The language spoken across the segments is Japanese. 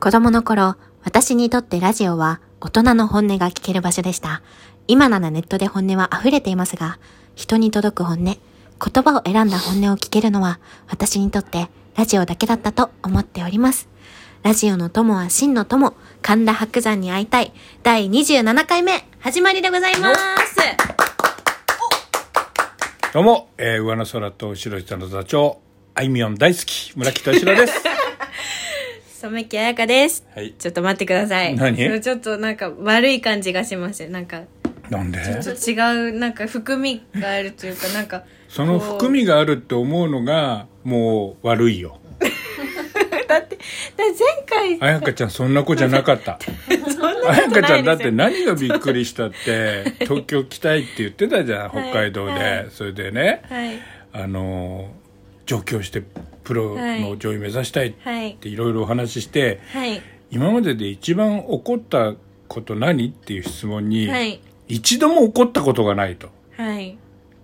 子供の頃、私にとってラジオは大人の本音が聞ける場所でした。今ならネットで本音は溢れていますが、人に届く本音、言葉を選んだ本音を聞けるのは、私にとってラジオだけだったと思っております。ラジオの友は真の友、神田伯山に会いたい、第27回目、始まりでございます。どうも、えー、上の空と後ろ下の座長、あいみょん大好き、村木敏 郎です。染木彩香です。はいちょっと待ってください。何そうちょっとなんか悪い感じがしますなんか、なんでちょっと違う、なんか含みがあるというか、なんか。その含みがあるって思うのが、もう悪いよ。こう。だって、だって前回、彩香ちゃんそんな子じゃなかった。 そんなことないです彩よ。香ちゃんだって何がびっくりしたって、 東京来たいって言ってたじはゃん、い北海道はで。それでね、はい。あのー、上京してプロの上位目指したいっはい。ていろいろお話しして、はい。今までで一番怒ったこと何っていう質問に、はい。一度も怒ったことがないと。はい。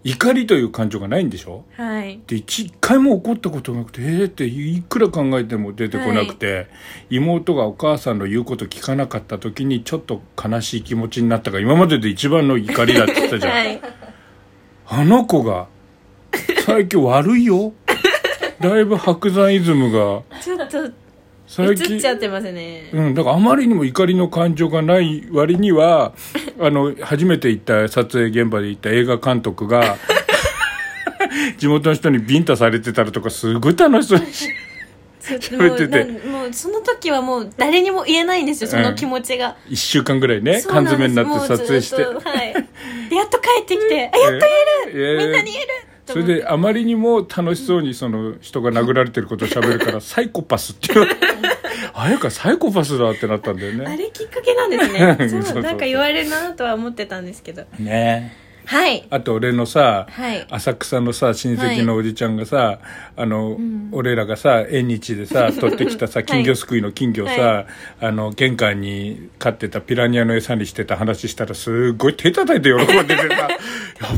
怒りという感情がないんでしょはい。で一回も怒ったことなくてえー、っていくら考えても出てこなくて、妹がお母さんの言うこと聞かなかった時にちょっと悲しい気持ちになったが今までで一番の怒りだって言ったじゃん、はい。あの子が最近悪 いよだいぶ白山イズムがちょっと、最映近っちゃってますね。うん、だからあまりにも怒りの感情がない割 にはあの初めて行った撮影現場で行った映画監 督が地元の人にビンタされてたりとかすごい楽しそうにし ちょっとも喋ってう、てなんもう、その時はもう、誰にも言えないんですよ、その気持ちが。 1週間ぐらいねそう缶なんで詰すになって撮影してもうずっとはい。で、やっと帰ってきて、あ、やっと言える、えーみんなに言えるとそ思れってであまりにも楽しそうにその人が殴られてることを喋るからサイコパスっ ていうあやかサイコパスだってなったんだよあねれきっかけなんです そね。うそうそ、そううなんか言われるなとは思ってたんですけど。ねはい。あと俺のさ、はい浅草のさ親戚のおじちゃんがさ、あの、俺らがさ縁日 でさ取ってきたさ金魚すくいの金魚さ、はあの玄関に飼ってたピラニアの餌にしてた話したらすごい手叩いて喜んでてさ や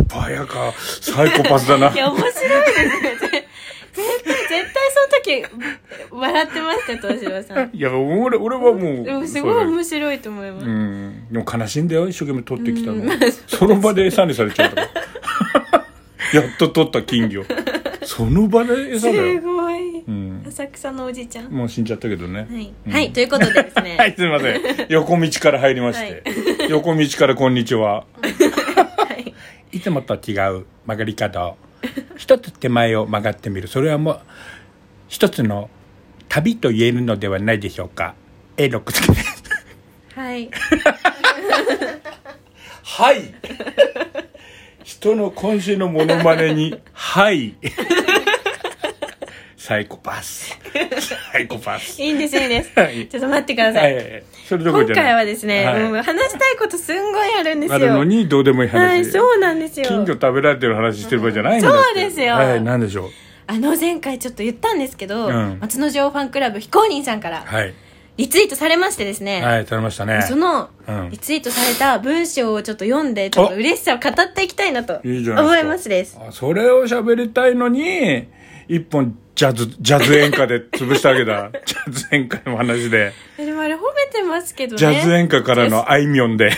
っぱやかサイコパスだないや、面白 いですね。絶対、絶対その時、笑ってました、東芝さん。いや俺俺はもうでもすごいそれ面白いと思います。うんでも悲しいんだよ一生懸命取ってきたの、 その場で餌にされちゃったから やっと取った金魚その場で餌だすよ、ごい。うん、浅草のおじいちゃん。はもう死んじゃったけどね、い。うんはい、ということでですね。はい、すみません。 横道から入りまして。横道からこんにちはは。い。 いつもと違う曲がり角。一つ手前を曲がってみる。それはもう、一つの旅と言えるのではないでしょうか。A ロックです。はい。はい。人の今週のモノマネに、はい。サイコパス。サイコパス。いいんです、いいです。はいちょっと待ってくださ。はいい。それどころ今じゃな回い。はですね、はいもう話したいことすんごいあるんですあるのよ。にどうでもいい話。はい、そうなんですよ。金魚食べられてる話してる場合じゃないんだそうですよはい、なんでしょう。あの前回ちょっと言ったんですけど、うん松之丞ファンクラブ非公認さんからはい。リツイートされましてですね、はい、食べましたね。そのうんリツイートされた文章をちょっと読んでちょっと嬉しさを語っていきたいなといいじゃないです思か。いますです。あそれを喋りたいのに、一本ジャズ、ジャズ演歌で潰したわ けだ。ジャズ演歌の話で。でもあれ褒めてますけどね。ジャズ演歌からのあいみょ んで。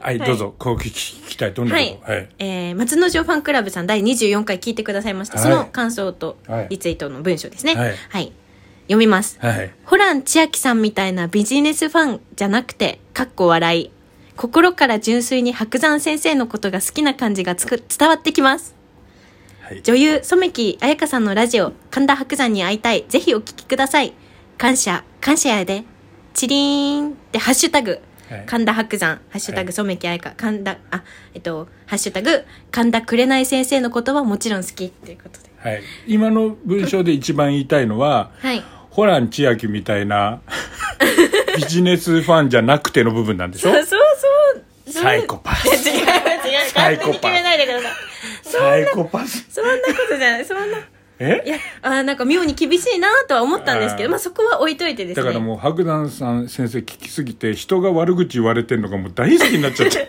はい、どうぞ、こう聞き聞きたい。どんなはこい、とはい。えー、松之丞ファンクラブさん第24回聞いてくださいました、はいその感想とはいリツイートの文章ですねはいはい、読みますはい。ホラン千秋さんみたいなビジネスファンじゃなくて、かっこ笑い。心から純粋に白山先生のことが好きな感じがつく伝わってきます。はい。女優、染木彩香さんのラジオ、神田白山に会いたい。ぜひお聞きください。感謝、感謝やで。チリーンって、ハッシュタグ。はい神田白山、ハッシュタはグ、い染木彩香、神田、あ、えっと、ハッシュタグ、神田紅先生のことはもちろん好きっていうことで。はい。今の文章で一番言いたいのは、はい。ホラン千秋みた いな、ビジネスファンじゃなくての部分なんでしょそうそう。それサイコパ違う違うス。サ勝イ手コにパス決めないでくださいサイコパス。そんなことじゃないそんないえやあーなんか妙に厳しいなとは思ったんですけどあーまあそこは置いといてですねだからもう白山さん先生聞きすぎて人が悪口言われてるのがもう大好きになっちゃって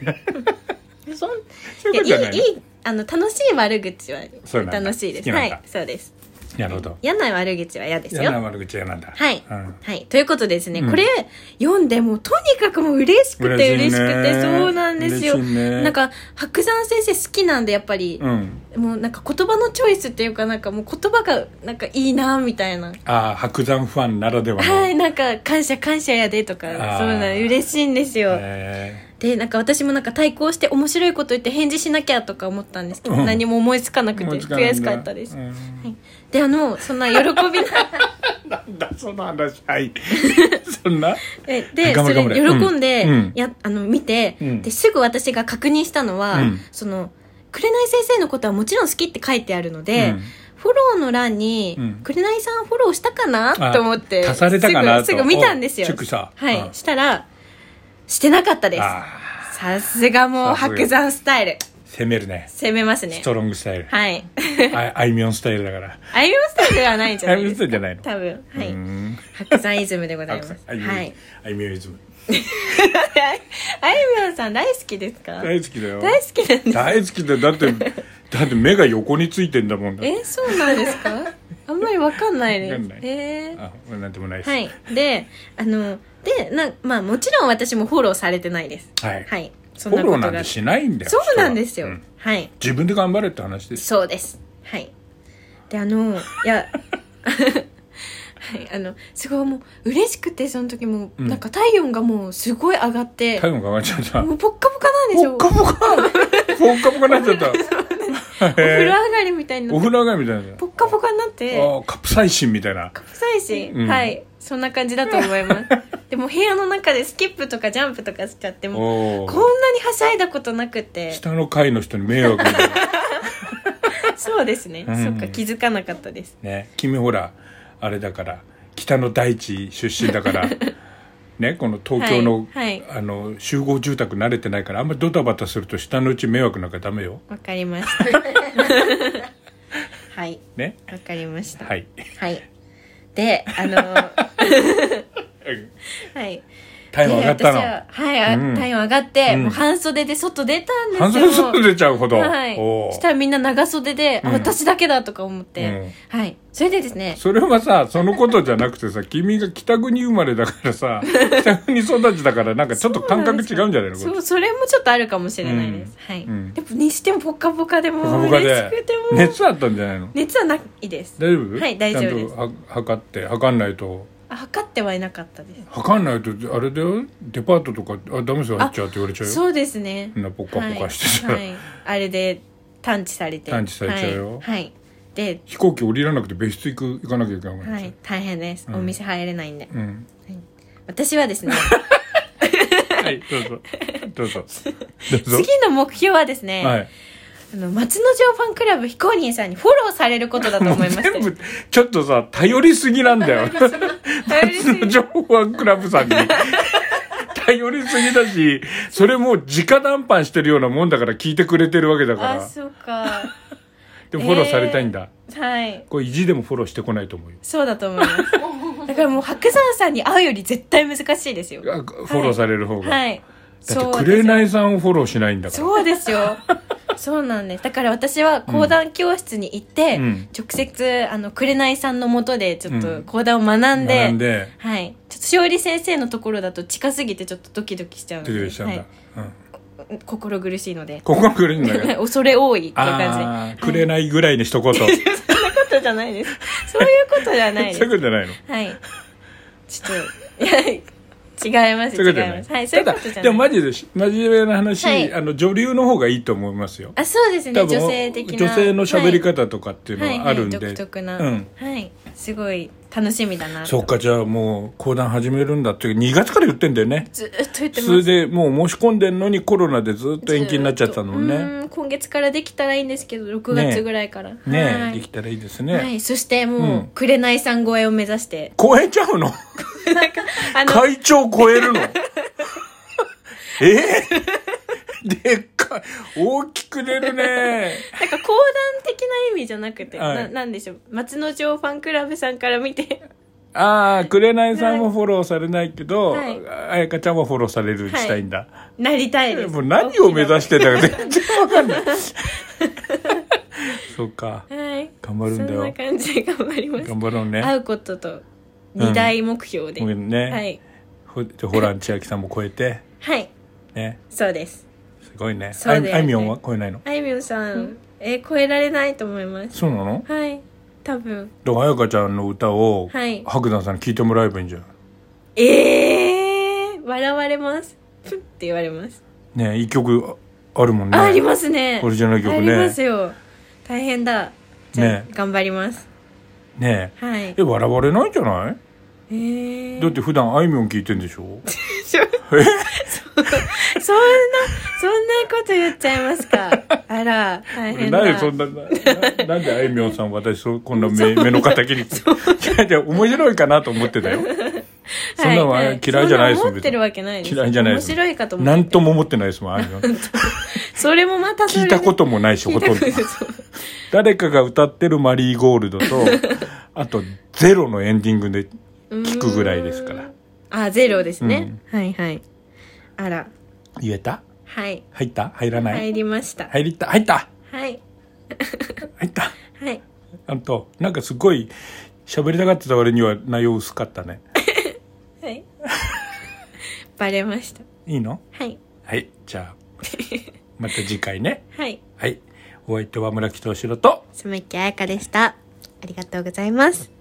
そんそういうことじゃないいやいいいいあの楽しい悪口はそうなんだ楽しいで好すきなはんだいそうですなるほど嫌な悪口は嫌です嫌よな。悪口は嫌なんだはい、うんはい。ということでですね、うんこれ読んでもうとにかくもう嬉しくて嬉嬉ししいねくて、そうなんですよ。嬉しいねなんか、白山先生好きなんで、やっぱり、うんもうなんか言葉のチョイスっていうか、なんかもう言葉がなんかいいな、みたいな。ああ白山ファンならではの、はい、なんか感謝感謝やでとか、あーそうなの嬉しいんですよ。えで、なんか私もなんか対抗して面白いこと言って返事しなきゃとか思ったんですけど、うん何も思いつかなーくもてう時間なんだ悔しかったです。うはんい、で、あの、そんな喜び な、なんだそ の話はいそんなえで、頑そ張れれ頑張れ喜んで、うんうんや、あの、見て、うんですぐ私が確認したのは、うんその、紅先生のことはもちろん好きって書いてあるので、うんフォローの欄に、うん紅さんフォローしたかなあと思って、足されたかなとすぐすぐ見たんですよ。おチェックしたはい。うんしたら、してなかったです。ああさすがもう、さすが白山スタイル。攻めるね攻めますねス。トロングスタイルはい。ああいみょんスタイルだからアイムスタイルではないんじゃあないいみでょんスすタイか。ルじゃないの多分。はうーい。ん白山イズムでございます。あいみょんはい。あいみょんイズムあいみょんさん大好きですか大好きだよ大好きなん です大好きだよだってだって目が横についてんだもんだってえそうなんですかあんまりわかんないでわすかんないえーあなんでもないですはいであのでなまあもちろん私もフォローされてないですはいはいそフんなォこロとーなんがてしないんだよそうなんですよ、人はうんはい自分で頑張れって話ですそうですはいであのいやはいあのすごいもう嬉しくてその時も、ううんなんか体温がもうすごい上がって体温が上がっちゃったもうポッカポカなんですぽよっかぽかぽっかぽかなっちゃ ったお風呂上がりみたいになおって風呂上がりみたいなポッカポカになってああカプサイシンみたいなカプサイシン、うんはいそんな感じだと思いますでも部屋の中でスキップとかジャンプとかしちゃってもうおこんーなにはしゃいだことなくて下の階の人に迷惑みたいなそうですね、うんそっか気づかなかったですね君ほらあれだから北の大地出身だから ねこの東京の,、はいはあの集合住宅慣れてないからあんまりドタバタすると下のうち迷惑なんかダメよわかりました はいねわかりましたはい はいであのはいタイム上がっでた私のははい、あうん体温上がって、うんもう半袖で外出たんですよ半袖外出ちゃうほど、はいおーしたらみんな長袖で、あうん私だけだとか思って、はいそれでですねそれはさそのことじゃなくてさ 君が北国生まれだか らさ北国育ちだからなんかちょっと感覚違うんじゃないのこそっうそれもちょっとあるかもしれないです、うんはい、うんでもにしてもポカポカでもちほかほうか嬉しくでてもう熱熱あったんじゃないのはないです大丈夫はい大丈夫ですちゃんとは測って測んないとあ測ってはいなかったです測んないとあれだよデパートとかあダメですよ入っちゃうって言われちゃうよそうですねみんなポカポカしてたはいはいあれで探知されて探知されちゃうよはい、はいで、飛行機降りらなくて別室行く行かなきゃいけないから、はい、大変です、うんお店入れないんで、うん私は ですねはいどうぞどう ぞどうぞ次の目標はですね、はいあの松之丞ファンクラブ非公認さんにフォローされることだと思もいうまして 全部ちょっとさ頼りすぎなんだよ 頼りすぎ松の情報はクラ ブさんに頼りすぎだしそれもう直談判してるようなもんだから聞いてくれてるわけだかあらそうかでもフォローされたいんだ、はいこれ意地でもフォローしてこないと思うよそうだと思います。だからもう白山さんに会うより絶対難しいですよ。あフォローされる方が、はい。だってそうくですれなよ。いさんをフォローしないんだからそうですよ。そうなんです。だから私は講談教室に行って、うん直接、あの、くれないさんのもとで、ちょっうとん講談を学んで、学んではい。ちょっと勝利先生のところだと近すぎてちょっとドキドキしちゃうのドキドで、キしちゃうんだ、はいうん、心苦しいので、ここがくれるんだから 恐れ多いっていう感ああじで。くれない。ないぐらいにしとこうと、そんなことじゃないです。そういうことじゃないでそういすう。ことじゃないのはい。ちょっと、いや、違います、そうい違うこといじゃなまいす。はい、そういうことじゃない。ただでもマジでし真面目な話、はいあの女流の方がいいと思いますよあ、そうですね、多女分性的な。女性の喋り方とかっていうのはいはあるんで、はいはい、独特な、うんはい。すごい楽しみだなと。そうかじゃあもう講談始めるんだって2月から言ってんだよねずーっと言ってそれます。でもう申し込んでんのにコロナでずっと延期になっちゃったのうねーん今月からできたらいいんですけど、6ね月ぐらいから。はねえでいきたらいいですはねい、そしてうもんう、紅さん越えを目指 して。超えちゃうのなんか、あの、会長超え るのえーでっかい大きく出るねなんか講談的な意味じゃなくて、はいななんでしょう、松之丞ファンクラブさんから見て、 ああ紅さんもフォローされないけど、はい彩香ちゃんもフォローされるしたいんだ、なりたいです。もう何を目指してたか全然わかんないそうかはい。頑張るそんんだなよ感じで頑張ります頑張ろうね会うことと二大目標で、ごめんね、はいほでホラン千秋さんも超えてはいねそうですすごいねそうだよねあいあいみょんは超えないのあいみょんさん、えー超えられないと思いますそうなのはい多分だから彩香ちゃんの歌を、はい白山さんに聞いてもらえばいいんじゃんえー、笑われますプンって言われます、ね一曲ああるもんねあありますねオリジナル曲ねありますよ大変だじゃあ、ね頑張りますねはいえ笑われないんじゃないえーだって普段あいみょん聞いてんで しょそそんなそんなこと言っちゃいますかあら大変だなんでそんなななんであいみょんさん 私そうこんな目目の敵にいやいや面白いかなと思って たよそんなのは嫌いじゃないですそんな思ってるわけないです嫌いじゃないで面す白いかと思って何とも思ってないですもんあい みょんそれもまたそれ聞でいたこともな いしほとんど聞いたことそう誰かが歌ってる「マリーゴール ドと」あと「ゼロのエンディングで聞くぐらいですからあゼロですね、はいはいあら言えたはい入った入らない、入りました入りた入ったはい入ったはいあとなんかすごい喋りたがってた割には内容薄かったねはい バレましたいいのはいはいじゃあまた次回ねはいはいお相手は村木敏郎と染木彩香でしたありがとうございます